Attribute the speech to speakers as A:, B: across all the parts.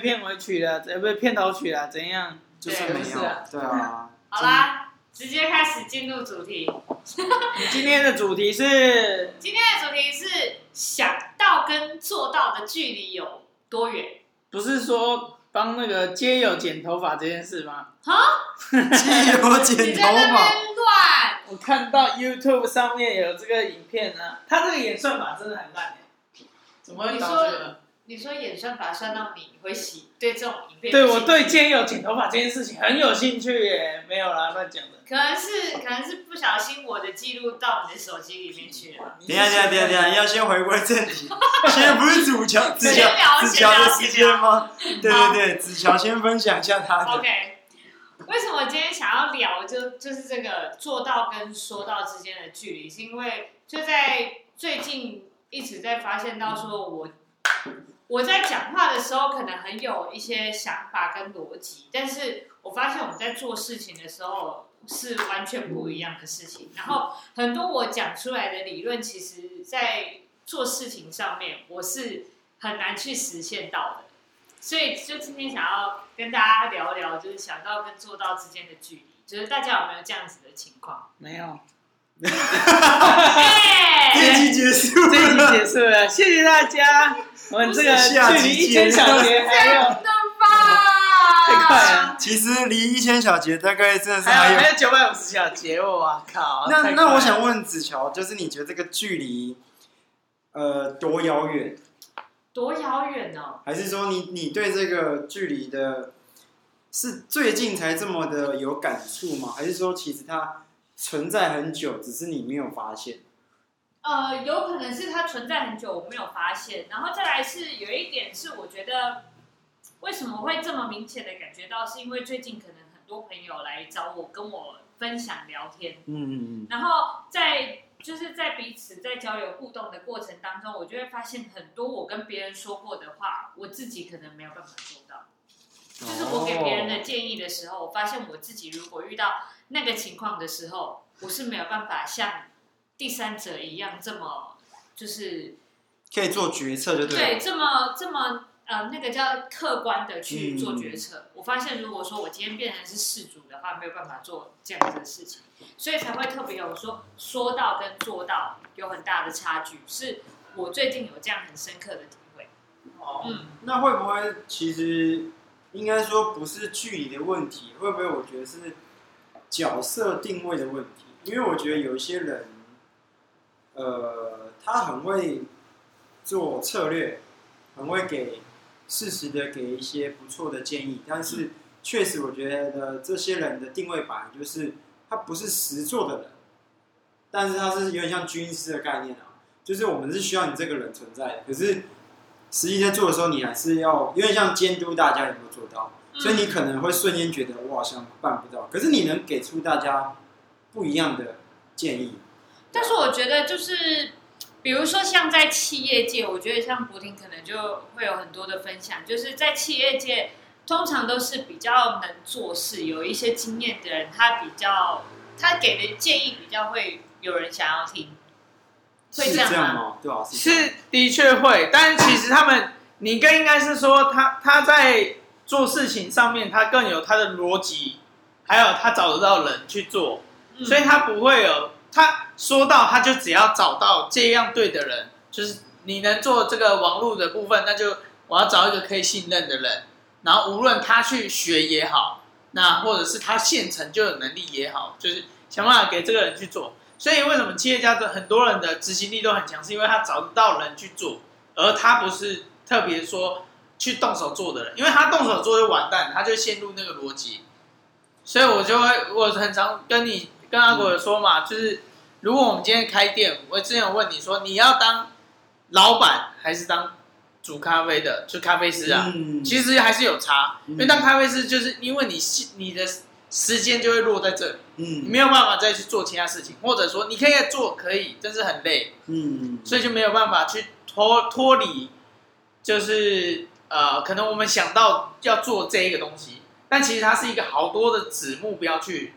A: 片尾曲了，呃，不是片头曲了，怎样？
B: 就是没有
A: 对啊，
B: 对啊。
C: 好啦，直接开始进入主题。
A: 你今天的主题是
C: 今天的主题是想到跟做到的距离有多远？
A: 不是说帮那个街友剪头发这件事吗？
B: 基友
C: 你
B: 剪头
C: 在那
B: 发，
C: 边乱，
A: 我看到 YouTube 上面有这个影片啊，它这个演算法真的很烂、欸、怎么会导致
C: 你
A: 了？
C: 你说演算法算到你会喜对这种影片
A: 对
C: 不
A: 我
C: 喜
A: 对街友剪头发这件事情很有兴趣耶、没有啦，乱讲的。
C: 可能是可能是不小心我的记录到你的手机里面去了。
B: 等一下，等一下，等一下，等一下，要先回归正题。现在不是子乔，子
C: 先聊
B: 乔，子乔的时间吗？对对
C: 好
B: 对，子乔先分享一下他的。
C: OK，为什么今天想要聊就就是这个做到跟说到之间的距离？是因为就在最近一直在发现到说我我在讲话的时候可能很有一些想法跟逻辑，但是我发现我们在做事情的时候是完全不一样的事情。然后很多我讲出来的理论，其实在做事情上面我是很难去实现到的。所以就今天想要跟大家聊聊，就是想到跟做到之间的距离，就是大家有没有这样子的情 况？
A: 没有，
B: 这一
C: 哎
B: 集结束
A: 这一集
B: 了，
A: 结束了，谢谢大家。我们这个
B: 不是下集
A: 距离一千
B: 见
A: 小节还有
C: 真的吧？
A: 太快了
B: 其实离一千小节大概真的 是还
A: 还有
B: 有
A: 哎还有九百五十小节，我靠！
B: 那
A: 太快
B: 那我
A: 了
B: 想问子乔，就是你觉得这个距离，呃，多遥远？
C: 多遥远哦！
B: 还是说你你对这个距离的，是最近才这么的有感触吗？还是说其实它存在很久，只是你没有发现？
C: 呃，有可能是它存在很久，我没有发现。然后再来是有一点是，我觉得为什么会这么明显的感觉到，是因为最近可能很多朋友来找我跟我分享聊天，
B: 嗯嗯
C: 然后在就是在彼此在交流互动的过程当中，我就会发现很多我跟别人说过的话，我自己可能没有办法做到。就是我给别
B: 哦
C: 人的建议的时候，我发现我自己如果遇到那个情况的时候，我是没有办法像第三者一样这么就是
B: 可以做决策就对
C: 对
B: 了。
C: 这么这么呃那个叫客观的
B: 嗯
C: 去做决策。我发现如果说我今天变成是事主的话，没有办法做这样子的事情，所以才会特别有说说到跟做到有很大的差距，是我最近有这样很深刻的体会。
A: 哦
C: 嗯，
B: 那会不会其实应该说不是距离的问题？会不会我觉得是角色定位的问题？因为我觉得有一些人，呃，他很会做策略，很会给适时的给一些不错的建议，但是确实我觉得这些人的定位本来就是他不是实做的人，但是他是有点像军师的概念啊，就是我们是需要你这个人存在的，可是实际在做的时候，你还是要有点像监督大家有没有做
C: 嗯
B: 到，所以你可能会瞬间觉得我好像办不到，可是你能给出大家不一样的建议，
C: 但是我觉得就是，比如说像在企业界，我觉得像博婷可能就会有很多的分享，就是在企业界通常都是比较能做事、有一些经验的人，他比较他给的建议比较会有人想要听，会
B: 是
C: 这样吗？
B: 样吗？对吧、啊是这样
A: 是的确会，但是其实他们，你更应该是说他他在做事情上面，他更有他的逻辑，还有他找得到人去做，
C: 嗯
A: 所以他不会有他说到他就只要找到这样对的人，就是你能做这个网络的部分，那就我要找一个可以信任的人，然后无论他去学也好，那或者是他现成就有能力也好，就是想办法给这个人去做。所以为什么企业家的很多人的执行力都很强，是因为他找得到人去做，而他不是特别说去动手做的人，因为他动手做就完蛋，他就陷入那个逻辑。所以我就会，我很常跟你跟阿果说嘛，就是如果我们今天开店，我之前有问你说你要当老板还是当煮咖啡的，就咖啡师啊，
B: 嗯，
A: 其实还是有差，
B: 嗯
A: 因为当咖啡师就是因为你是你的时间就会落在这里，你
B: 嗯
A: 没有办法再去做其他事情，或者说你可以做可以，但是很累，
B: 嗯，
A: 所以就没有办法去脱脱离，就是呃，可能我们想到要做这一个东西，但其实它是一个好多的子目标去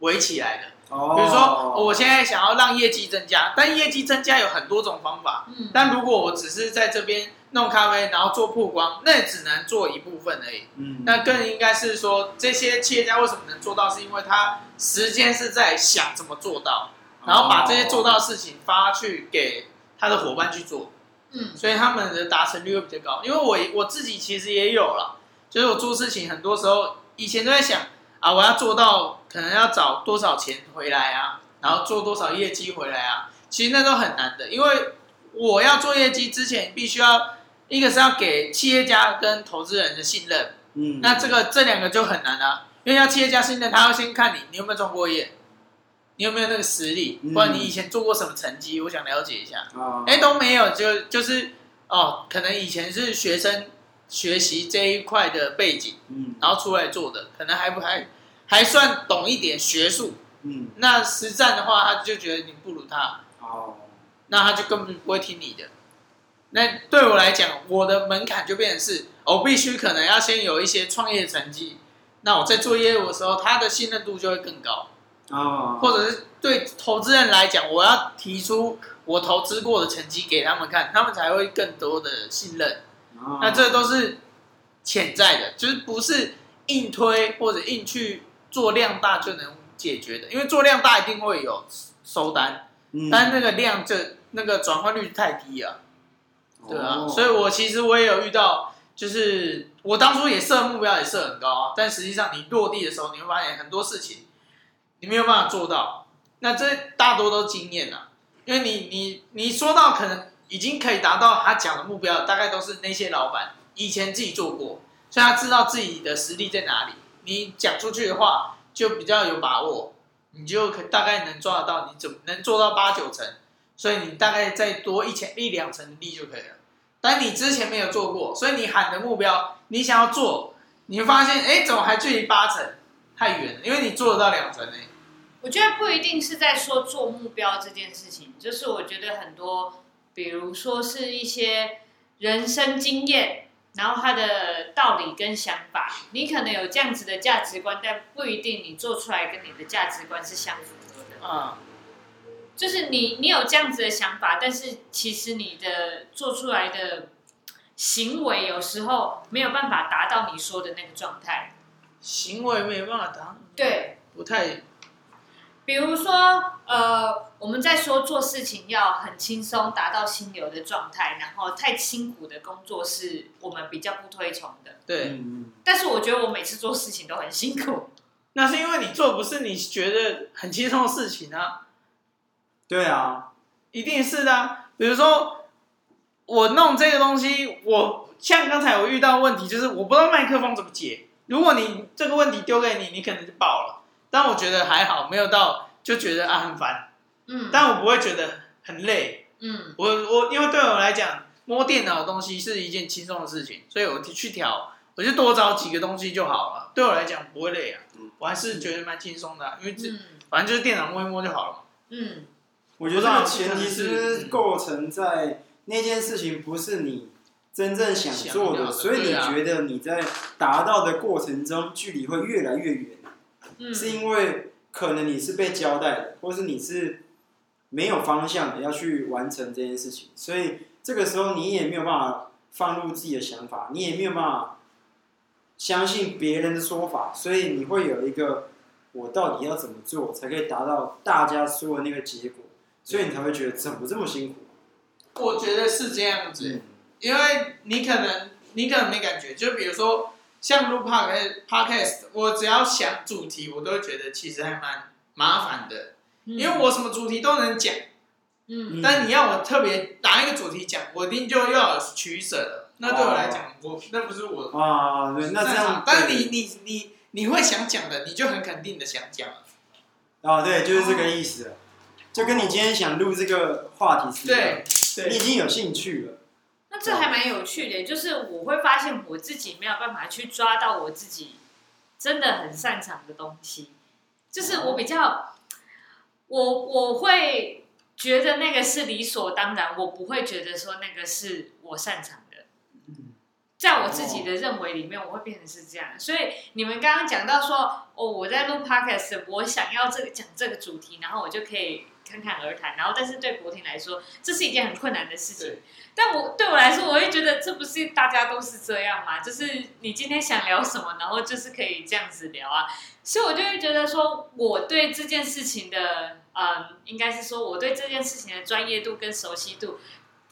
A: 围起来的。
B: 哦，
A: 比如说，我现在想要让业绩增加，但业绩增加有很多种方法，
C: 嗯，
A: 但如果我只是在这边弄咖啡，然后做曝光，那也只能做一部分而已。
B: 嗯，
A: 那更应该是说，这些企业家为什么能做到，是因为他时间是在想怎么做到，
B: 哦
A: 然后把这些做到的事情发去给他的伙伴去做。
C: 嗯
A: 所以他们的达成率会比较高。因为我我自己其实也有了，就是我做事情很多时候以前都在想啊，我要做到可能要找多少钱回来啊，然后做多少业绩回来啊，其实那都很难的，因为我要做业绩之前，必须要一个是要给企业家跟投资人的信任，
B: 嗯，
A: 那这个这两个就很难啊，因为要企业家信任，他要先看你你有没有赚过业。你有没有那个实力？
B: 嗯
A: 不然你以前做过什么成绩？我想了解一下。
B: 啊，
A: 哎、都没有，就就是哦，可能以前是学生学习这一块的背景，
B: 嗯
A: 然后出来做的，可能还不还还算懂一点学术。
B: 嗯，
A: 那实战的话，他就觉得你不如他，
B: 哦，
A: 那他就根本不会听你的。那对我来讲，我的门槛就变成是，哦我必须可能要先有一些创业成绩，那我在做业务的时候，他的信任度就会更高。
B: 哦，
A: 或者是对投资人来讲，我要提出我投资过的成绩给他们看，他们才会更多的信任。
B: 哦
A: 那这都是潜在的，就是不是硬推或者硬去做量大就能解决的，因为做量大一定会有收单，
B: 嗯
A: 但那个量就那个转换率太低了，对啊。
B: 哦
A: 所以我其实我也有遇到，就是我当初也设目标也设很高啊，但实际上你落地的时候，你会发现很多事情你没有办法做到，那这大多都经验啊，因为你你你说到可能已经可以达到他讲的目标，大概都是那些老板以前自己做过，所以他知道自己的实力在哪里。你讲出去的话就比较有把握，你就可大概能抓得到，你怎么能做到八九成？所以你大概再多一千一两成的力就可以了。但你之前没有做过，所以你喊的目标，你想要做，你会发现，哎，怎么还距离八成太远了？因为你做得到两成呢、
C: 我觉得不一定是在说做目标这件事情，就是我觉得很多，比如说是一些人生经验，然后他的道理跟想法，你可能有这样子的价值观，但不一定你做出来跟你的价值观是相符合的。
A: 嗯，
C: 就是你你有这样子的想法，但是其实你的做出来的行为有时候没有办法达到你说的那个状态。
A: 行为没办法达，
C: 对，
A: 不太
C: 比如说，呃，我们在说做事情要很轻松，达到心流的状态，然后太辛苦的工作是我们比较不推崇的。
A: 对。
B: 嗯
C: 但是我觉得我每次做事情都很辛苦，
A: 那是因为你做不是你觉得很轻松的事情啊，
B: 对啊，
A: 一定是的啊、比如说我弄这个东西，我像刚才我遇到问题，就是我不知道麦克风怎么解。如果你这个问题丢给你，你可能就爆了。但我觉得还好，没有到就觉得啊很烦，
C: 嗯
A: 但我不会觉得很累。
C: 嗯
A: 我我因为对我来讲，摸电脑的东西是一件轻松的事情，所以我去调，我就多找几个东西就好了。对我来讲不会累啊
B: 嗯，
A: 我还是觉得蛮轻松的啊、因为这
C: 嗯
A: 反正就是电脑摸一摸就好了嘛。
C: 嗯，
B: 我觉得这个前提是
A: 嗯
B: 构成在那件事情不是你真正想做
A: 想要
B: 的，
A: 的
B: 所以你
A: 对啊
B: 觉得你在达到的过程中距离会越来越远，
C: 嗯
B: 是啊因为可能你是被交代的，或是你是没有方向的要去完成这件事情，所以这个时候你也没有办法放入自己的想法，你也没有办法相信别人的说法，所以你会有一个我到底要怎么做才可以达到大家说的那个结果，所以你才会觉得怎么这么辛苦？
A: 我觉得是这样子，因为你可能你可能没感觉，就比如说像录 podcast podcast，我只要想主题，我都会觉得其实还蛮麻烦的，因为我什么主题都能讲，
C: 嗯
B: 嗯
A: 但你要我特别哪一个主题讲，我一定就要有取舍了。那对我来讲，我那不是我
B: 啊，对，那这
A: 擅长
B: 样，
A: 但是你你你你会想讲的，你就很肯定的想讲了。
B: 啊，对，就是这个意思了，就跟你今天想录这个话题是一样的
A: 对
B: 你已
A: 对，
B: 经有兴趣了。
C: 那这还蛮有趣的，就是我会发现我自己没有办法去抓到我自己真的很擅长的东西，就是我比较，我我会觉得那个是理所当然，我不会觉得说那个是我擅长的。在我自己的认为里面，我会变成是这样。所以你们刚刚讲到说，哦，我在录 podcast，我想要这个讲这个主题，然后我就可以侃侃而谈，然后但是对博婷来说，这是一件很困难的事情
A: 对。
C: 但我对我来说，我会觉得这不是大家都是这样嘛，就是你今天想聊什么，然后就是可以这样子聊啊。所以我就会觉得说，我对这件事情的，嗯，应该是说我对这件事情的专业度跟熟悉度，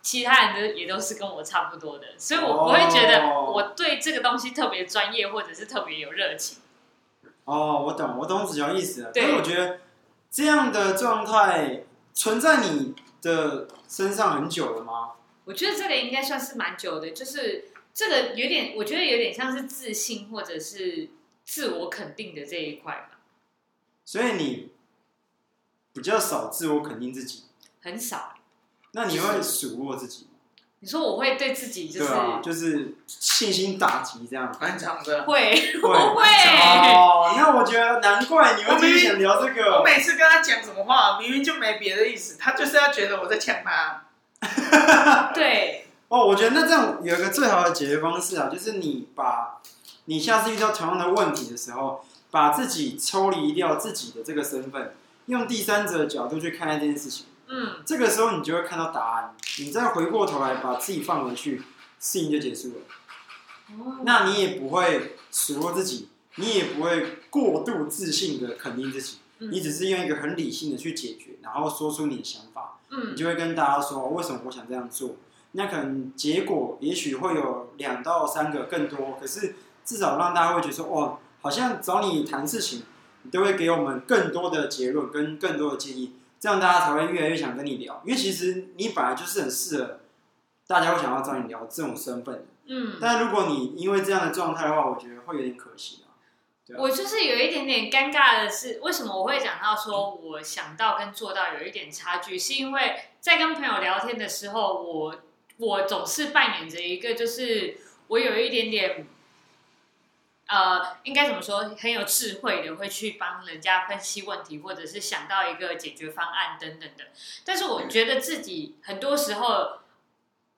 C: 其他人都也都是跟我差不多的，所以我不会觉得
B: 哦
C: 我对这个东西特别专业，或者是特别有热情。
B: 哦，我懂，我懂子乔意思了。
C: 对
B: 但是我觉得这样的状态存在你的身上很久了吗？
C: 我觉得这个应该算是蛮久的，就是这个有点，我觉得有点像是自信或者是自我肯定的这一块吧，
B: 所以你比较少自我肯定自己，
C: 很少。
B: 那你会数落自己吗，
C: 你说我会对自己就是
B: 对啊，就是信心打击这样。
A: 蛮长的。
C: 会
B: 会
C: 我 会，
B: 哦，那我觉得难怪你会今天想聊这
A: 我
B: 个。
A: 每次跟他讲什么话，明明就没别的意思，他就是要觉得我在呛他。
C: 对
B: 哦，我觉得那这样有一个最好的解决方式啊，就是你把你下次遇到同样的问题的时候，把自己抽离掉自己的这个身份，用第三者的角度去看待这件事情。
C: 嗯，
B: 这个时候你就会看到答案，你再回过头来把自己放回去，事情就结束了。
C: 哦
B: 那你也不会数落自己，你也不会过度自信的肯定自己，
C: 嗯
B: 你只是用一个很理性的去解决，然后说出你的想法。你
C: 嗯
B: 就会跟大家说为什么我想这样做。那可能结果也许会有两到三个更多，可是至少让大家会觉得说，哦，好像找你谈事情，你都会给我们更多的结论跟更多的建议，这样大家才会越来越想跟你聊。因为其实你本来就是很适合大家会想要找你聊这种身份的，
C: 嗯，
B: 但如果你因为这样的状态的话，我觉得会有点可惜啊。
C: 我就是有一点点尴尬的是，为什么我会讲到说我想到跟做到有一点差距，是因为在跟朋友聊天的时候，我我总是扮演着一个就是我有一点点。呃，应该怎么说？很有智慧的，会去帮人家分析问题，或者是想到一个解决方案等等的。但是我觉得自己很多时候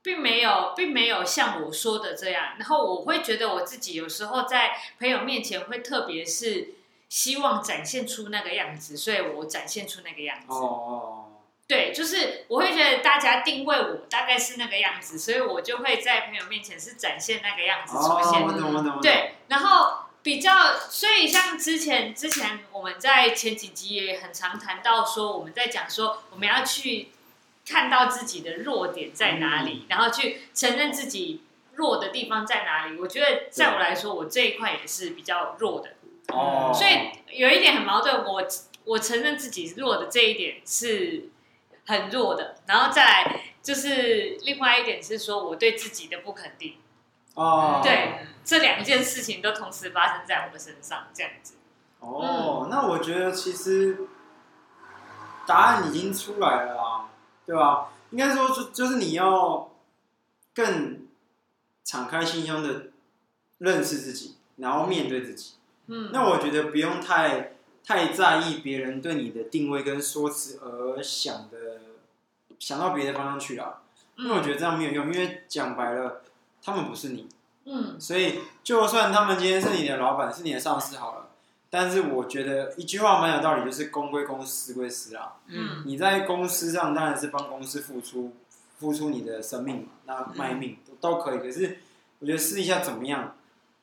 C: 并没有，并没有像我说的这样。然后我会觉得我自己有时候在朋友面前会特别是希望展现出那个样子，所以我展现出那个样子。
B: 哦哦，
C: 对，就是我会觉得大家定位我大概是那个样子，所以我就会在朋友面前是展现那个样
B: 哦
C: 子出现。
B: 哦，我懂我懂，我懂，
C: 对，然后比较，所以像之前之前我们在前几集也很常谈到说，我们在讲说我们要去看到自己的弱点在哪
B: 嗯
C: 里，然后去承认自己弱的地方在哪里。我觉得在我来说，我这一块也是比较弱的，
B: 哦，
C: 所以有一点很矛盾，我我承认自己弱的这一点是很弱的，然后再来就是另外一点是说我对自己的不肯定。
B: 哦，
C: 对这两件事情都同时发生在我们身上，这样子。
B: 哦，那我觉得其实答案已经出来了啊，对吧？应该说就就是你要更敞开心胸的认识自己，然后面对自己。
C: 嗯，
B: 那我觉得不用太太在意别人对你的定位跟说辞，而想的想到别的方向去啊。
C: 嗯
B: 因为我觉得这样没有用，因为讲白了，他们不是你。
C: 嗯
B: 所以，就算他们今天是你的老板，是你的上司好了，但是我觉得一句话蛮有道理，就是公归公，私归私啊。
C: 嗯
B: 你在公司上当然是帮公司付出，付出你的生命嘛，那卖命都都可以。可是，我觉得私底下怎么样，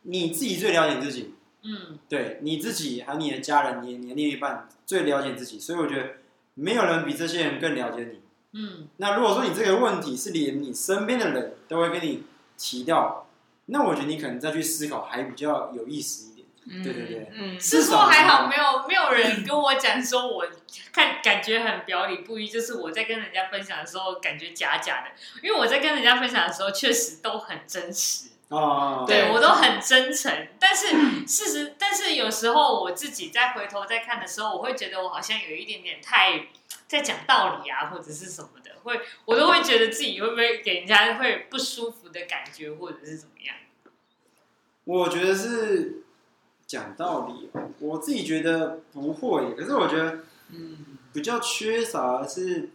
B: 你自己最了解你自己，
C: 嗯
B: 对你自己还有你的家人，你你的另一半最了解自己，所以我觉得没有人比这些人更了解你。
C: 嗯
B: 那如果说你这个问题是连你身边的人都会跟你提到，那我觉得你可能再去思考还比较有意思一点。对对对，
A: 嗯，
C: 是
B: 至
C: 说
B: 少
C: 还好没有没有人跟我讲说我看感觉很表里不一，就是我在跟人家分享的时候感觉假假的，因为我在跟人家分享的时候确实都很真实，
B: 哦，
A: 对嗯
C: 对我都很真诚，但是事实，但是有时候我自己再回头再看的时候，我会觉得我好像有一点点太在讲道理啊，或者是什么的，会我都会觉得自己会不会给人家会不舒服的感觉，或者是怎么样？
B: 我觉得是讲道理哦，我自己觉得不会，可是我觉得
A: 嗯，
B: 比较缺少的是，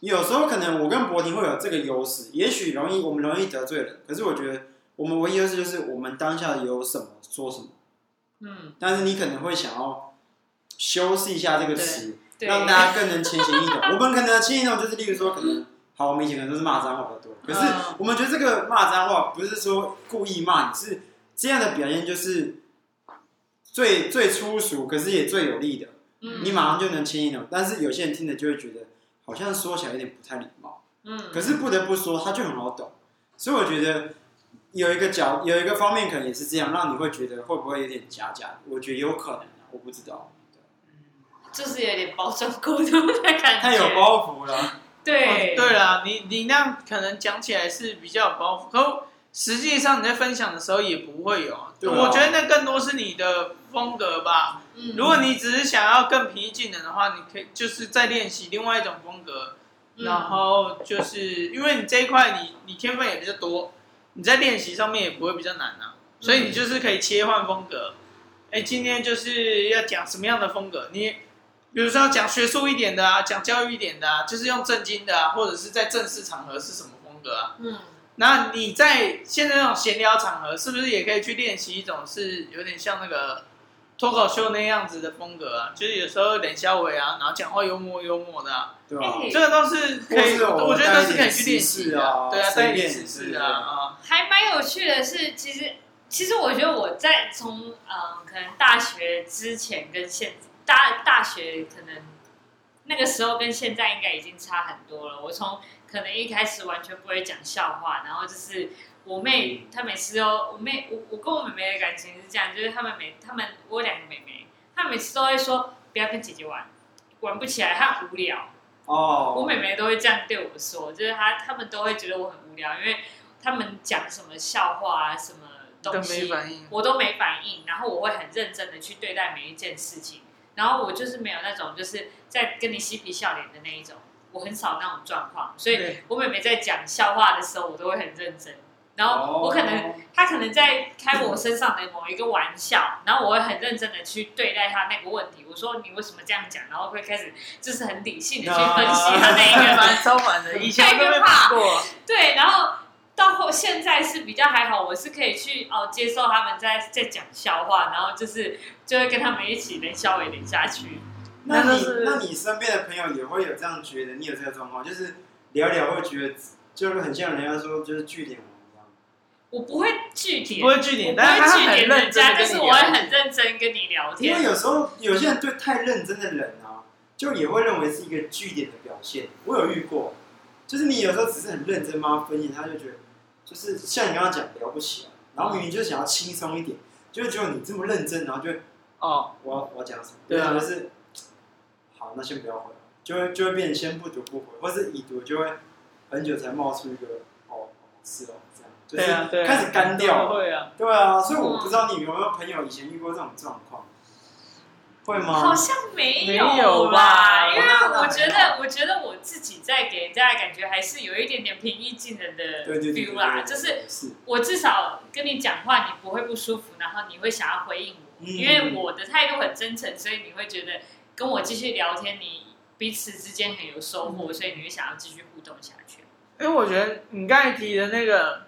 B: 有时候可能我跟博婷会有这个优势，也许容易我们容易得罪人，可是我觉得我们唯一优势就是我们当下有什么说什么。
C: 嗯
B: 但是你可能会想要修饰一下这个词，
C: 对，
B: 让大家更能浅显易 懂。我们可能浅显易懂就是，例如说，可能好，我们以前可能都是骂脏话比较多，可是
A: 嗯
B: 我们觉得这个骂脏话不是说故意骂你，是这样的表现就是最最粗俗，可是也最有力的，
C: 嗯
B: 你马上就能浅显易懂。但是有些人听了就会觉得好像说起来有点不太礼貌。
C: 嗯，
B: 可是不得不说，它就很好懂。所以我觉得有一个角，有一个方面可能也是这样，让你会觉得会不会有点假假的？我觉得有可能啊，我不知道，
C: 就是有点包装过度的感觉，
B: 太有包袱了。
C: 对、
A: 哦对啦，你你那样可能讲起来是比较有包袱，可实际上你在分享的时候也不会有啊。
B: 对啊
A: 我觉得那更多是你的风格吧。
C: 嗯，
A: 如果你只是想要更平易近人的话，你可以就是在练习另外一种风格，
C: 嗯
A: 然后就是因为你这一块你你天分也比较多，你在练习上面也不会比较难啊，所以你就是可以切换风格。哎，今天就是要讲什么样的风格？你比如说要讲学术一点的啊，讲教育一点的啊，就是用正经的啊，或者是在正式场合是什么风格啊？
C: 嗯
A: 那你在现在那种闲聊场合，是不是也可以去练习一种是有点像那个脱口秀那样子的风格啊？就是有时候冷笑伟啊，然后讲话幽默幽默的、啊，
B: 对吧？
C: 哎
A: 这个都是可以，
B: 或是我
A: 我觉得都是可以去练习的啊，
B: 带
A: 对
B: 一点时事啊
A: 啊，带一点
B: 随
A: 时
B: 便
A: 事啊啊，
C: 哦还蛮有趣的是，其实其实我觉得我在从呃可能大学之前跟现大大学可能那个时候跟现在应该已经差很多了。我从可能一开始完全不会讲笑话，然后就是我妹她每次都我妹我我跟我妹妹的感情是这样，就是她们每她们我有两个妹妹，她们每次都会说不要跟姐姐玩，玩不起来，她很无聊。我
B: 哦，
C: 妹妹都会这样对我说，就是她她们都会觉得我很无聊，因为他们讲什么笑话啊，什么
A: 都
C: 东
A: 没
C: 西，
A: 反应。
C: 我都没反应，然后我会很认真的去对待每一件事情，然后我就是没有那种就是在跟你嬉皮笑脸的那一种，我很少那种状况，所以
A: 对
C: 我妹妹在讲笑话的时候，我都会很认真，然后我可能
B: 哦
C: 他可能在开我身上的某一个玩笑，然后我会很认真的去对待他那个问题。我说你为什么这样讲？然后会开始就是很理性的去
A: 啊
C: 分析他那一
A: 还
C: 个。
A: 蛮超凡的，以前都没碰过。
C: 对，然后到后现在是比较还好，我是可以去哦接受他们在在讲笑话，然后就是就会跟他们一起能稍微点下去。
B: 那
A: 那就
B: 你
A: 是
B: 那你身边的朋友也会有这样觉得，你有这个状况，就是聊聊会觉得就是很像人家说就是据点王一样。
C: 我不会据点，
A: 不会据点
C: 我不会
A: 但是他
C: 据
A: 很
C: 点
A: 认
C: 人
A: 真
C: 家，
A: 地
C: 但
A: 跟
C: 是
A: 你
C: 我
A: 聊
C: 会
A: 天
C: 很认真跟你聊
B: 因为
C: 天。
B: 有时候有些人对太认真的人啊，就也会认为是一个据点的表现。我有遇过，就是你有时候只是很认真帮他分析，他就觉得就是像你刚刚讲聊不起来，然后明明就想要轻松一点，就会觉得你这么认真，然后就
A: 哦，
B: 我要我要讲什么？
A: 对啊
B: 就是好，那先不要回，就会就会变成先不读不回，或是已读就会很久才冒出一个哦是哦这样，就
A: 对啊，对
B: 是
A: 啊，
B: 开始干掉了。
A: 会啊，
B: 对
C: 嗯
B: 啊，所以我不知道你有没有朋友以前遇过这种状况，会
C: 好
B: 吗？
C: 像没
A: 没有吧
C: 因为我觉
B: 那还
C: 得，我觉得我自己在给人家的感觉还是有一点点平易近人的
B: 对对对
C: feel 啦，
B: 对对对
C: 就是
B: 是
C: 我至少跟你讲话，你不会不舒服，然后你会想要回应我，
B: 嗯
C: 因为我的态度很真诚，所以你会觉得跟我继续聊天，你彼此之间很有收获，所以你会想要继续互动下去。
A: 因为我觉得你刚才提的那个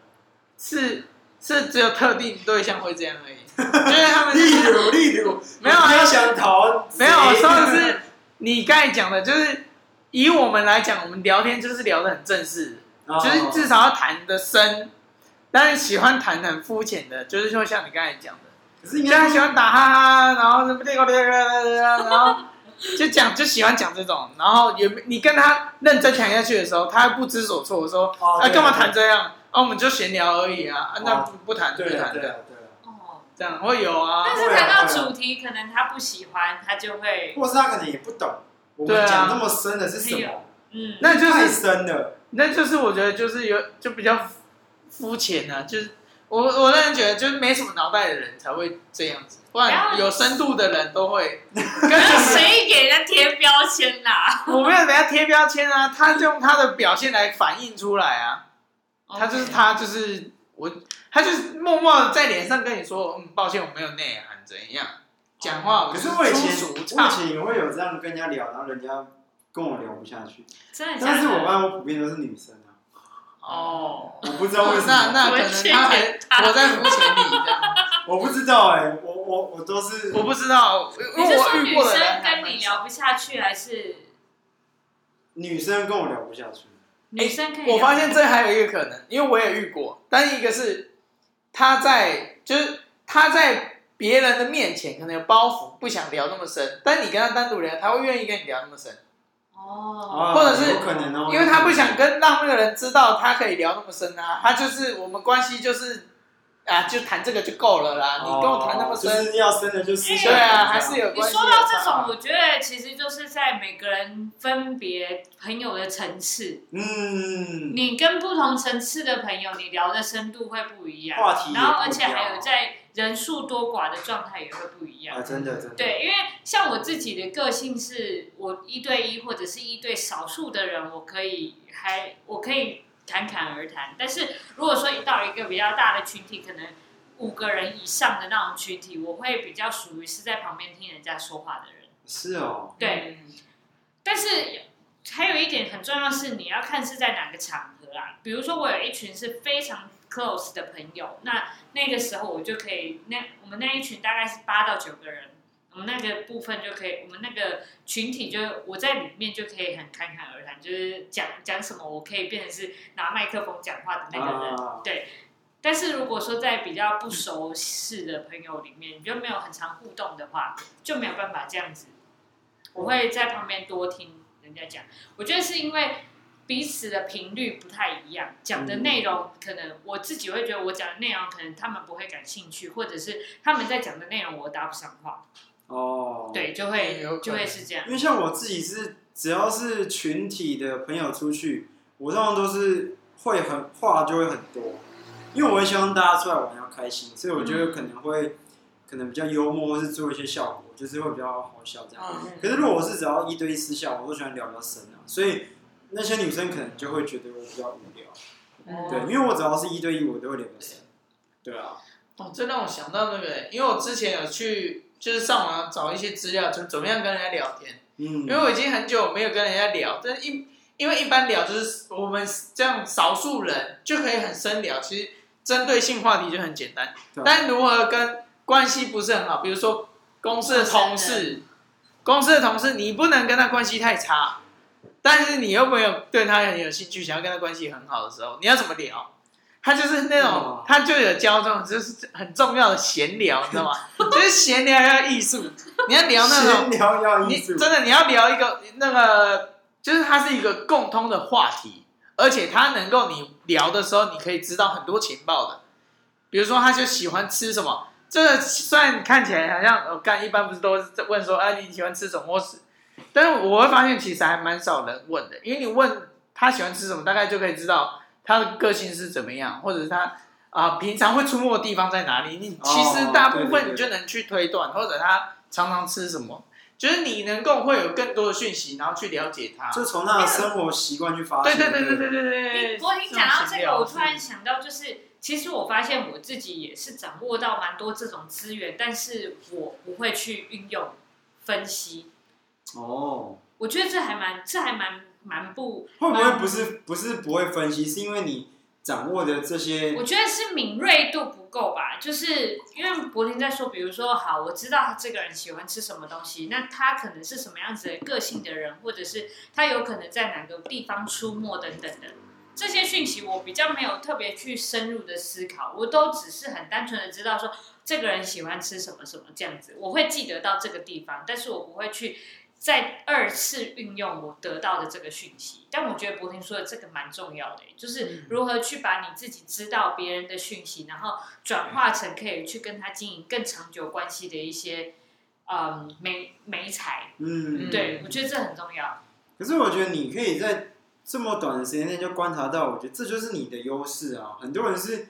A: 是是只有特定对象会这样 而已，就是他们
B: 例如例如，
A: 没有啊
B: 你不要想逃，
A: 没有我
B: 谁
A: 说的是你刚才讲的，就是以我们来讲，我们聊天就是聊得很正式，
B: 哦
A: 就是至少要谈得深。但是喜欢谈很肤浅的，就是就像你刚才讲的，
B: 可是应
A: 就他
B: 该
A: 喜欢打哈哈，然后什么这个这个然后就讲就喜欢讲这种，然后也你跟他认真谈下去的时候，他不知所措，说
B: 哦
A: 啊，
B: 对
A: 干嘛谈这样？啊，我们就闲聊而已啊，啊，那
B: 哦
A: 不不谈不
B: 对啊
A: 谈
B: 对
A: 的，
B: 啊对啊，
C: 哦，
A: 这样会有啊
C: 但。
B: 啊
C: 是谈到主题，可能他不喜欢，他就会
B: 或是他可能也不懂我
A: 对啊
B: 们讲那么深的是什么，
C: 嗯，
A: 那就
B: 太
A: 是，
B: 深了，
A: 那就是我觉得就是有就比较肤浅啊，就是我我个人觉得就是没什么脑袋的人才会这样子，不然
C: 不
A: 有深度的人都会。跟
C: 那
A: 着
C: 谁给人家贴标签啦？
A: 我没有给他贴标签啊，他就用他的表现来反映出来啊。
C: 哦
A: 他就是他就是我，他就是默默的在脸上跟你说，嗯，抱歉，我没有内涵，怎样？讲话
B: 哦可
A: 就是是
B: 我以前
A: 粗俗
B: 我以
A: 差，
B: 前也会有这样跟人家聊，然后人家跟我聊不下去，
C: 真的假的，
B: 但是我发现我普遍都是女生啊，
A: 哦，
B: 我不知道为什
A: 那
B: 么，
A: 那可能他还活在浮潜里这样。
B: 我不知道哎、我我我都是
A: 我不知道，因
C: 你
A: 为
C: 是
A: 我
C: 说
A: 遇
C: 女
A: 过的
C: 生
A: 人
C: 跟你聊不下去，还是
B: 女生跟我聊不下去，
C: 女生跟你聊
A: 哎我发现这还有一个可能，因为我也遇过，但一个是他在就是他在别人的面前可能有包袱，不想聊那么深，但你跟他单独聊，他会愿意跟你聊那么深，
C: 哦
B: 啊
A: 或者是
B: 有可能哦，
A: 因为他不想跟让那个人知道他可以聊那么深啊，他就是我们关系就是啊，就谈这个就够了啦，你跟我谈那么
B: 哦
A: 深，
B: 就是要深的就私下
A: 对啊，
B: 讲
A: 还是有
C: 你
A: 关系。
C: 说到这种，，我觉得其实就是在每个人分别朋友的层次，
B: 嗯，
C: 你跟不同层次的朋友，你聊的深度会不一样，
B: 话题也不一样
C: 然后而且还有在人数多寡的状态也会不一样
B: 啊，。真的真的，
C: 对，因为像我自己的个性是，我一对一或者是一对少数的人，我可以还我可以侃侃而谈。但是如果说到一个比较大的群体，可能五个人以上的那种群体，我会比较属于是在旁边听人家说话的人。
B: 是哦，
C: 对，
A: 嗯
C: 但是还有一点很重要是，你要看是在哪个场合啦。比如说，我有一群是非常 close 的朋友，那那个时候我就可以，那我们那一群大概是八到九个人，我们那个部分就可以，我们那个群体就我在里面就可以很侃侃而谈，就是讲讲什么，我可以变成是拿麦克风讲话的那个人。
B: 啊，
C: 但是如果说在比较不熟识的朋友里面，你就没有很常互动的话，就没有办法这样子。我会在旁边多听人家讲，我觉得是因为彼此的频率不太一样，讲的内容可能我自己会觉得我讲的内容可能他们不会感兴趣，或者是他们在讲的内容我搭不上话，
B: 哦，，
C: 对，就
A: 嗯
C: 会
A: 有可能
C: 就会是这样
B: 因。为像我自己是，只要是群体的朋友出去，我通常都是会很话就会很多，因为我会希望大家出来玩要开心，所以我觉
A: 嗯
B: 得可能会可能比较幽默，或是做一些效果，就是会比较好笑这样。
A: 嗯，
B: 可是如果我是只要一对一私下，我都喜欢聊比较深啊，所以那些女生可能就会觉得我比较无聊。
A: 嗯
B: 对，因为我只要是一对一，我都会聊比较深。对啊，
A: 哦，这让我想到那个，因为我之前有去就是上网找一些资料，就怎么样跟人家聊天。
B: 嗯
A: 因为，我已经很久没有跟人家聊，但是一因为一般聊就是我们这样少数人就可以很深聊，其实针对性话题就很简单
B: 对。啊
A: 但如何跟关系不是很好，比如说公司的同
B: 哦
A: 事，公司的同事你不能跟他关系太差，但是你又没有对他很有兴趣，想要跟他关系很好的时候，你要怎么聊？他就是那种
B: 哦，
A: 他就有教这种，就是很重要的闲聊，你知 道吗？就是闲聊要艺术，你要聊那
B: 闲
A: 种
B: 聊要
A: 你
B: 艺术
A: 真，的你要聊一个那个，就是它是一个共通的话题，而且它能够你聊的时候，你可以知道很多情报的。比如说，他就喜欢吃什么，这个虽然看起来好像我干、一般不是都是问说，哎、你喜欢吃什么？或是，但是我会发现其实还蛮少人问的，因为你问他喜欢吃什么，大概就可以知道他的个性是怎么样，或者是他啊、平常会出没的地方在哪里。你其实
B: 哦
A: 大
B: 对
A: 部
B: 对
A: 分
B: 对
A: 你就能去推断，或者他常常吃什么，就是你能够会有更多的讯息，然后去了解他。
B: 就从他的生活习惯去发
A: 对
B: 现。
A: 对对对对对对。
C: 你我你讲到这个，我
A: 种闲聊
C: 突然想到，就是其实我发现我自己也是掌握到蛮多这种资源，但是我不会去运用分析。
B: 哦，
C: 我觉得这还蛮这还蛮蛮不，
B: 会不会不是不是不会分析，是因为你掌握的这些
C: 我觉得是敏锐度不够吧。就是因为柏林在说，比如说，好，我知道这个人喜欢吃什么东西，那他可能是什么样子的个性的人，或者是他有可能在哪个地方出没等等的。这些讯息我比较没有特别去深入的思考，我都只是很单纯的知道说这个人喜欢吃什么什么这样子，我会记得到这个地方，但是我不会去再二次运用我得到的这个讯息。但我觉得柏婷说的这个蛮重要的，就是如何去把你自己知道别人的讯息，然后转化成可以去跟他经营更长久关系的一些嗯美美彩。
B: 嗯，
C: 对，我觉得这很重要。
B: 可是我觉得你可以在这么短的时间内就观察到，我觉得这就是你的优势啊。很多人是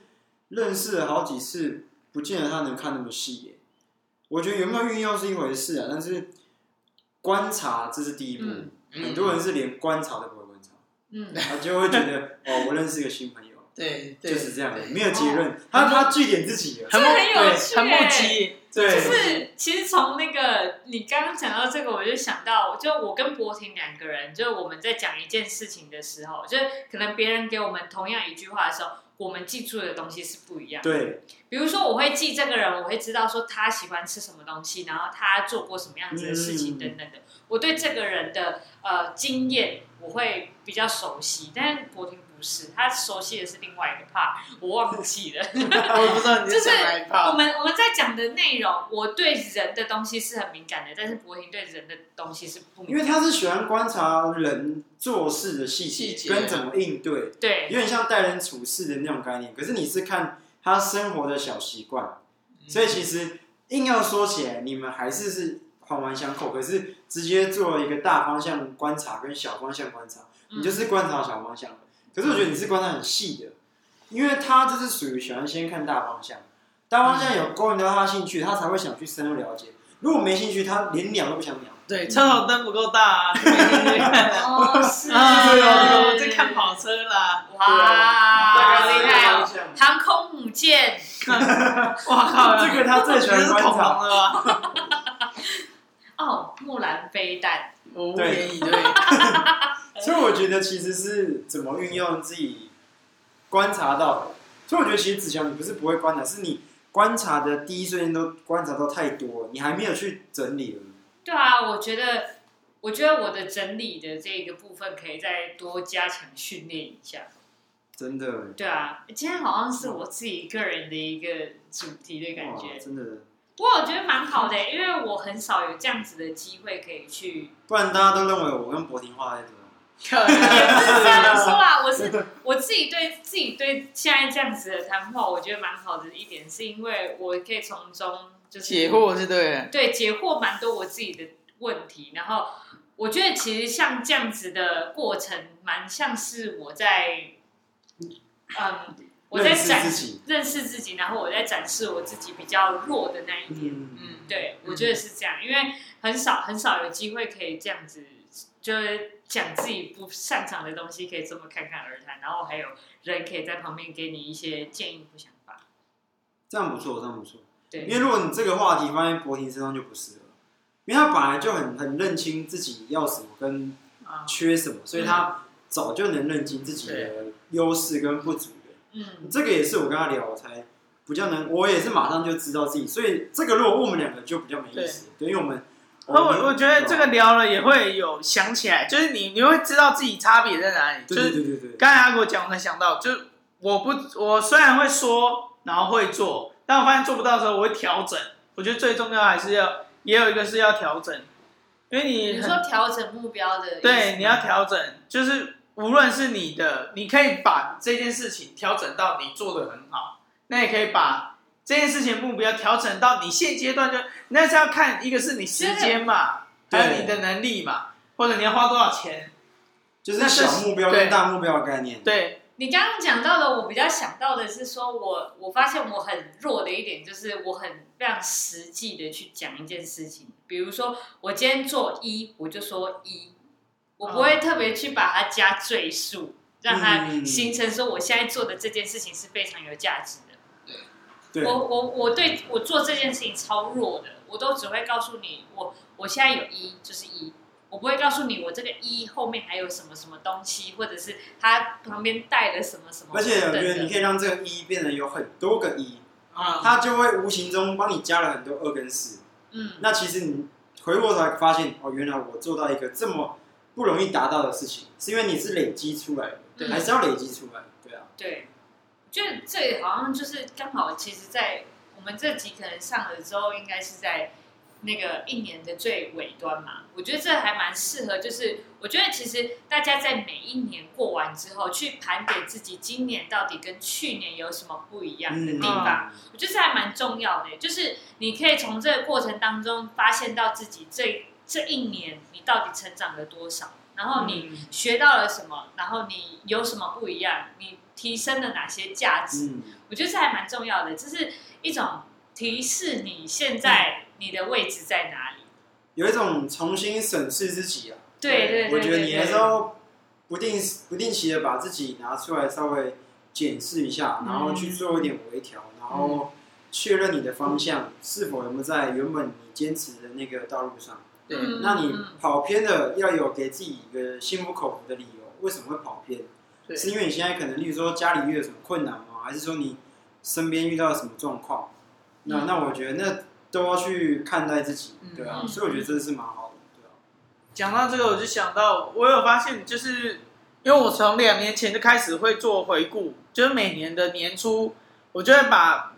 B: 认识了好几次，不见得他能看那么细耶。我觉得有没有运用是一回事啊，但是观察这是第一步。
C: 嗯
A: 嗯
B: 很多人是连观察都不会观察，
C: 嗯，
B: 他就会觉得哦，我认识一个新朋友，
A: 对对，
B: 就是这样
A: 对，
B: 没有
C: 哦
B: 结论。他他据点自己了，
A: 很
C: 这
A: 莫
C: 很有趣
A: 对
C: 欸
A: 很莫急，
C: 就
B: 对，
C: 是其实从那个你刚刚讲到这个，我就想到，就我跟博婷两个人，就我们在讲一件事情的时候，就是可能别人给我们同样一句话的时候，我们记住的东西是不一样的。
B: 对，
C: 比如说，我会记这个人，我会知道说他喜欢吃什么东西，然后他做过什么样子的事情
B: 嗯
C: 等等的。我对这个人的呃经验，我会比较熟悉，但是博婷不是，他熟悉的是另外一个 part，我忘记了。
A: 我不知道你
C: 就是是
A: 讲哪一
C: 我
A: 趴。
C: 们我们在讲的内容，我对人的东西是很敏感的，但是博婷对人的东西是不
B: 因
C: 敏
B: 为
C: 感
B: 他是喜欢观察人做事的细
A: 细节啊
B: 节跟怎么应对，
C: 的。对
B: 有点像待人处事的那种概念。可是你是看他生活的小习惯，
A: 嗯
B: 所以其实硬要说起来，你们还是是环环相扣。可是直接做一个大方向观察跟小方向观察，
C: 嗯
B: 你就是观察小方向的。可是我觉得你是观察很细的，因为他就是属于喜欢先看大方向，大方
A: 嗯
B: 向有勾引到他兴趣，他才会想去深入了解。如果没兴趣，他连鸟都不想鸟。
A: 对，车头灯不够大啊！啊，
C: 哦，是
B: 啊
A: 这个我在看跑车啦！
C: 哦哇，
A: 好
C: 好
A: 对
C: 厉
A: 对
C: 害哦！
B: 哦！
C: 航空母舰，
A: 哇靠，
B: 这个他最喜
A: 这
B: 欢
A: 是
B: 观
A: 恐
B: 察。
A: 龙了吧？
C: 哦，木兰飞弹，
A: 我无言以对。
B: 所以我觉得其实是怎么运用自己观察到的。所以我觉得其实子乔你不是不会观察，是你观察的第一瞬间都观察到太多了，你还没有去整理而
C: 对啊，我觉得，我觉得我的整理的这个部分可以再多加强训练一下。
B: 已真的
C: 对啊，今天好像是我自己个人的一个主题的感
B: 哇
C: 觉，
B: 真的，
C: 不过我觉得蛮好的、欸因为我很少有这样子的机会可以去。
B: 不然大家都认为我跟博婷话太多。
A: 可
C: 也不是这样说啊
A: 能
C: 啦，我是我自己对自己对现在这样子的谈话，我觉得蛮好的一点，是因为我可以从中就是
A: 解惑是对的，
C: 对，解惑蛮多我自己的问题。然后我觉得其实像这样子的过程，蛮像是我在，嗯，我在
B: 认识
C: 展
B: 自己
C: 认识自己，然后我在展示我自己比较弱的那一点。
B: 嗯，
A: 嗯，
C: 对，我觉得是这样，因为很少很少有机会可以这样子，就是讲自己不擅长的东西，可以这么侃侃而谈，然后还有人可以在旁边给你一些建议和想法。
B: 这样不错，这样不错。
C: 对
B: 因，为如果你这个话题放在博婷身上就不适合，因为他本来就很很认清自己要什么跟
A: 啊
B: 缺什么，所以他早就能认清自己的优势跟不足的。
C: 嗯，
B: 这个也是我跟他聊，我才比较能，我也是马上就知道自己，所以这个如果问我们两个就比较没意思，对，因为我们，
A: 我我我觉得这个
B: 对
A: 聊了也会有想起来，就是你你会知道自己差别在哪里。就
B: 对
A: 是
B: 对对对，对
A: 刚才阿国讲，我才想到，就是我不我虽然会说，然后会做，但我发现做不到的时候，我会调整。我觉得最重要还是要也有一个是要调整，因为你
C: 你
A: 很
C: 说调整目标的意思吗，
A: 对，你要调整，就是无论是你的，你可以把这件事情调整到你做的很好，那也可以把这件事情目标调整到你现阶段就，那是要看一个是你时间嘛，
B: 对
A: 还有你的能力嘛，或者你要花多少钱，
B: 就是小目标跟
A: 对
B: 大目标的概念，
A: 对，
C: 你刚刚讲到的，我比较想到的是说我我发现我很弱的一点就是我很非常实际的去讲一件事情，比如说我今天做一，我就说一，我不会特别去把它加赘述，让它
B: 嗯
C: 形成说我现在做的这件事情是非常有价值的。
B: 对
C: 我我我对我做这件事情超弱的，我都只会告诉你，我我现在有一就是一，我不会告诉你我这个一后面还有什么什么东西，或者是它旁边带了什么什么
B: 而
C: 等等的。
B: 且我觉得你可以让这个一变得有很多个一，
C: 哦
A: 啊、
B: 它就会无形中帮你加了很多二跟四。
C: 嗯，
B: 那其实你回过头来发现，哦，原来我做到一个这么不容易达到的事情，是因为你是累积出来的，
A: 对
B: 还是要累积出来的，对啊，
C: 对，就这好像就是刚好，其实，在我们这集可能上了之后，应该是在那个一年的最尾端嘛。我觉得这还蛮适合，就是我觉得其实大家在每一年过完之后，去盘点自己今年到底跟去年有什么不一样
B: 嗯
C: 的地方。我觉得这还蛮重要的，就是你可以从这个过程当中发现到自己这这一年你到底成长了多少，然后哦你
A: 嗯
C: 学到了什么，然后你有什么不一样，你提升了哪些价值，
B: 嗯，
C: 我觉得这还蛮重要的，这是一种提示你现在你的位置在哪里。
B: 有一种重新审视自己啊，
C: 对对对，
B: 我觉得你
C: 对
B: 还是要不定不定期的把自己拿出来稍微检视一下，
A: 嗯
B: 然后去做一点微调，然
C: 嗯
B: 后确认你的方向是否有没有在原本你坚持的那个道路上。
A: 对，
C: 嗯
B: 那你跑偏了，要有给自己一个心服口服的理由，为什么会跑偏？
A: 对
B: 是因为你现在可能，例如说家里遇到什么困难吗？还是说你身边遇到什么状况？那
A: 嗯
B: 那我觉得那都要去看待自己，
A: 嗯
B: 对啊，
C: 嗯
B: 所以我觉得这是蛮好的，对啊。
A: 讲到这个，我就想到，我有发现，就是因为我从两年前就开始会做回顾，就是每年的年初，我就会把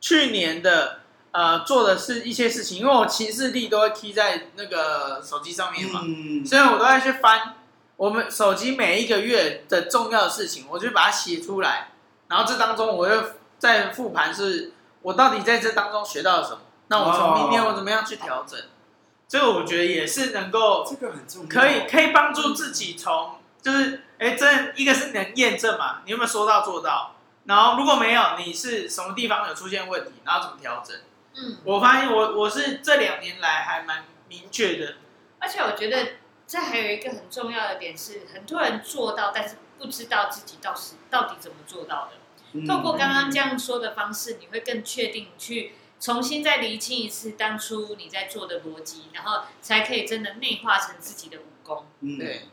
A: 去年的呃做的是一些事情，因为我行事历都会 key 在那个手机上面嘛，
B: 嗯，
A: 所以我都会去翻我们手机每一个月的重要的事情，我就把它写出来，然后这当中我又再复盘是我到底在这当中学到了什么，那我从明年我怎么样去调整，这个我觉得也是能够
B: 这个很重要，
A: 可以可以帮助自己从就是哎，真一个是能验证嘛，你有没有说到做到？然后如果没有，你是什么地方有出现问题，然后怎么调整？
C: 嗯，
A: 我发现我我是这两年来还蛮明确的，
C: 而且我觉得这还有一个很重要的点是，很多人做到，但是不知道自己到是到底怎么做到的。
B: 嗯
C: 透过刚刚这样说的方式，你会更确定去重新再厘清一次当初你在做的逻辑，然后才可以真的内化成自己的武功。
B: 嗯，
A: 对，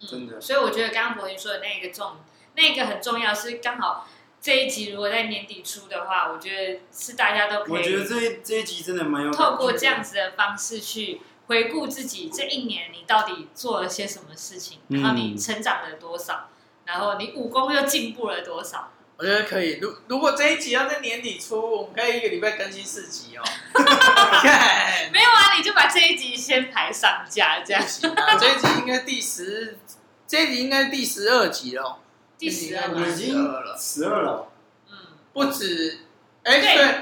C: 嗯
B: 真的
C: 所以我觉得刚刚博云说的那个重，那个很重要，是刚好这一集如果在年底出的话，我觉得是大家都可以。
B: 我觉得这一这一集真的蛮有感觉的
C: 透过这样，子的方式去回顾自己这一年你到底做了些什么事情，
B: 嗯
C: 然后你成长了多少，然后你武功又进步了多少。
A: 我觉得可以。如如果这一集要在年底出，我们可以一个礼拜更新四集 哦。看，
C: 没有啊，你就把这一集先排上架，这样
A: 不。行啊，这一集应该第十，这一集应该第十二集了，哦
C: 第十二
A: 这
B: 我
A: 集
C: 嘛
A: 应，
B: 们已经
A: 该12了
B: 十二了，
C: 嗯，
A: 不止。哎、
C: 对
A: 对，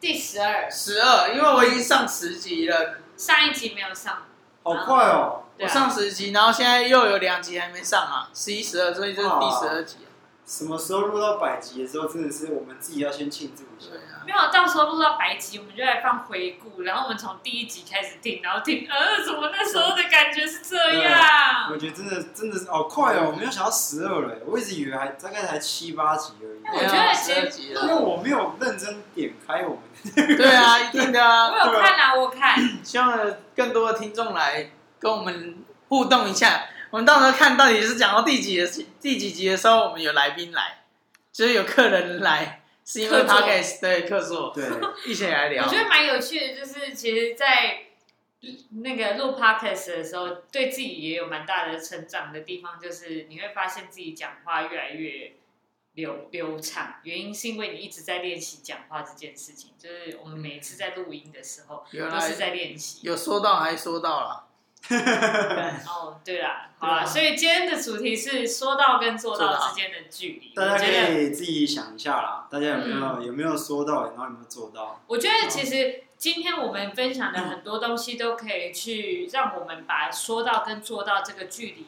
C: 第十二，
A: 十二，因为我已经上十集了，
C: 上一集没有上，嗯
B: 好快哦，
C: 对
A: 我
C: 啊
A: 上十集，然后现在又有两集还没上啊，十一、十二，所以这是第
B: 哇
A: 十二集。啊
B: 什么时候录到百集的时候，真的是我们自己要先庆祝一下
A: 对。啊，
C: 没有，到时候录到百集，我们就来放回顾，然后我们从第一集开始听，然后听，呃，怎么那时候的感觉是这样？
B: 我觉得真的真的是好快哦！我没有想到十二了，我一直以为还大概才七八集而已，
C: 那哎我觉得
A: 啊十
C: 其实
A: 二集
B: 因
A: 了
B: 为。我没有认真点开我们。
A: 对啊，一定的啊。
C: 我有看啊，我有看，
A: 希望有更多的听众来跟我们互动一下。我们到时候看到底是讲到第几的第几集的时候，我们有来宾来，就是有客人来，是因为
C: 客座
A: podcast 对客座
B: 对，
A: 一起来聊
C: 我觉。得蛮有趣的，就是其实，在那个录 podcast 的时候，对自己也有蛮大的成长的地方，就是你会发现自己讲话越来越流流畅，原因是因为你一直在练习讲话这件事情。就是我们每次在录音的时候，
A: 原
C: 都是
A: 来
C: 在练习。
A: 有说到还说到了，
C: 哦，对啦，好啦，
A: 对啊
C: 所以今天的主题是说到跟做
A: 做
C: 到
A: 到
C: 之间的距离。
B: 大
C: 我
B: 家
C: 觉得
B: 可以自己想一下啦，大家有没
C: 嗯
B: 有有没有说到，然后有没有做到？
C: 我觉得其实今天我们分享的很多东西都可以去让我们把说到跟做到这个距离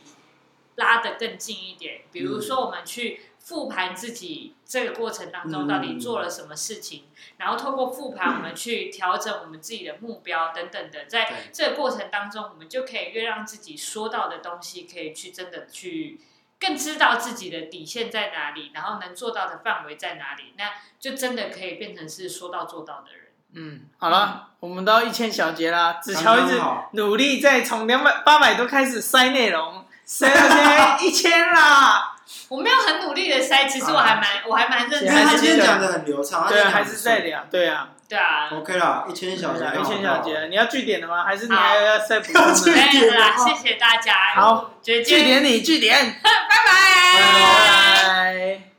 C: 拉得更近一点。比如说，我们去复盘自己这个过程当中
B: 嗯
C: 到底做了什么事情，然后透过复盘，我们去调整我们自己的目标等等的，在
B: 对
C: 这个过程当中，我们就可以越让自己说到的东西可以去真的去。更知道自己的底线在哪里，然后能做到的范围在哪里，那就真的可以变成是说到做到的人。
A: 嗯，好了，我们到一千小节啦，子乔一
B: 刚
A: 直
B: 刚好
A: 努力在从两百八百多开始塞内容，塞到现 在一千啦，
C: 我没有很努力的塞，其实我还蛮、我还蛮认
B: 因
A: 对啊
B: 为
A: 还
B: 他
C: 真
A: 是
B: 今天
C: 的，
B: 讲的很流畅，
A: 对，
B: 他今天讲
A: 啊，
B: 得
A: 还是在聊，对啊，
C: 对啊
B: 很，顺 OK 啦，一千小节，
A: 对啊一
B: 刚好啊
A: 千小节，你要据点的吗？还是你
C: 好
A: 还要再补充
B: 要 据
A: 的？
C: 没有啦，
B: 好
C: 谢谢大家，
A: 好，
C: 觉得今
A: 据
C: 天
A: 点你，据点。
C: 拜拜
A: 拜拜。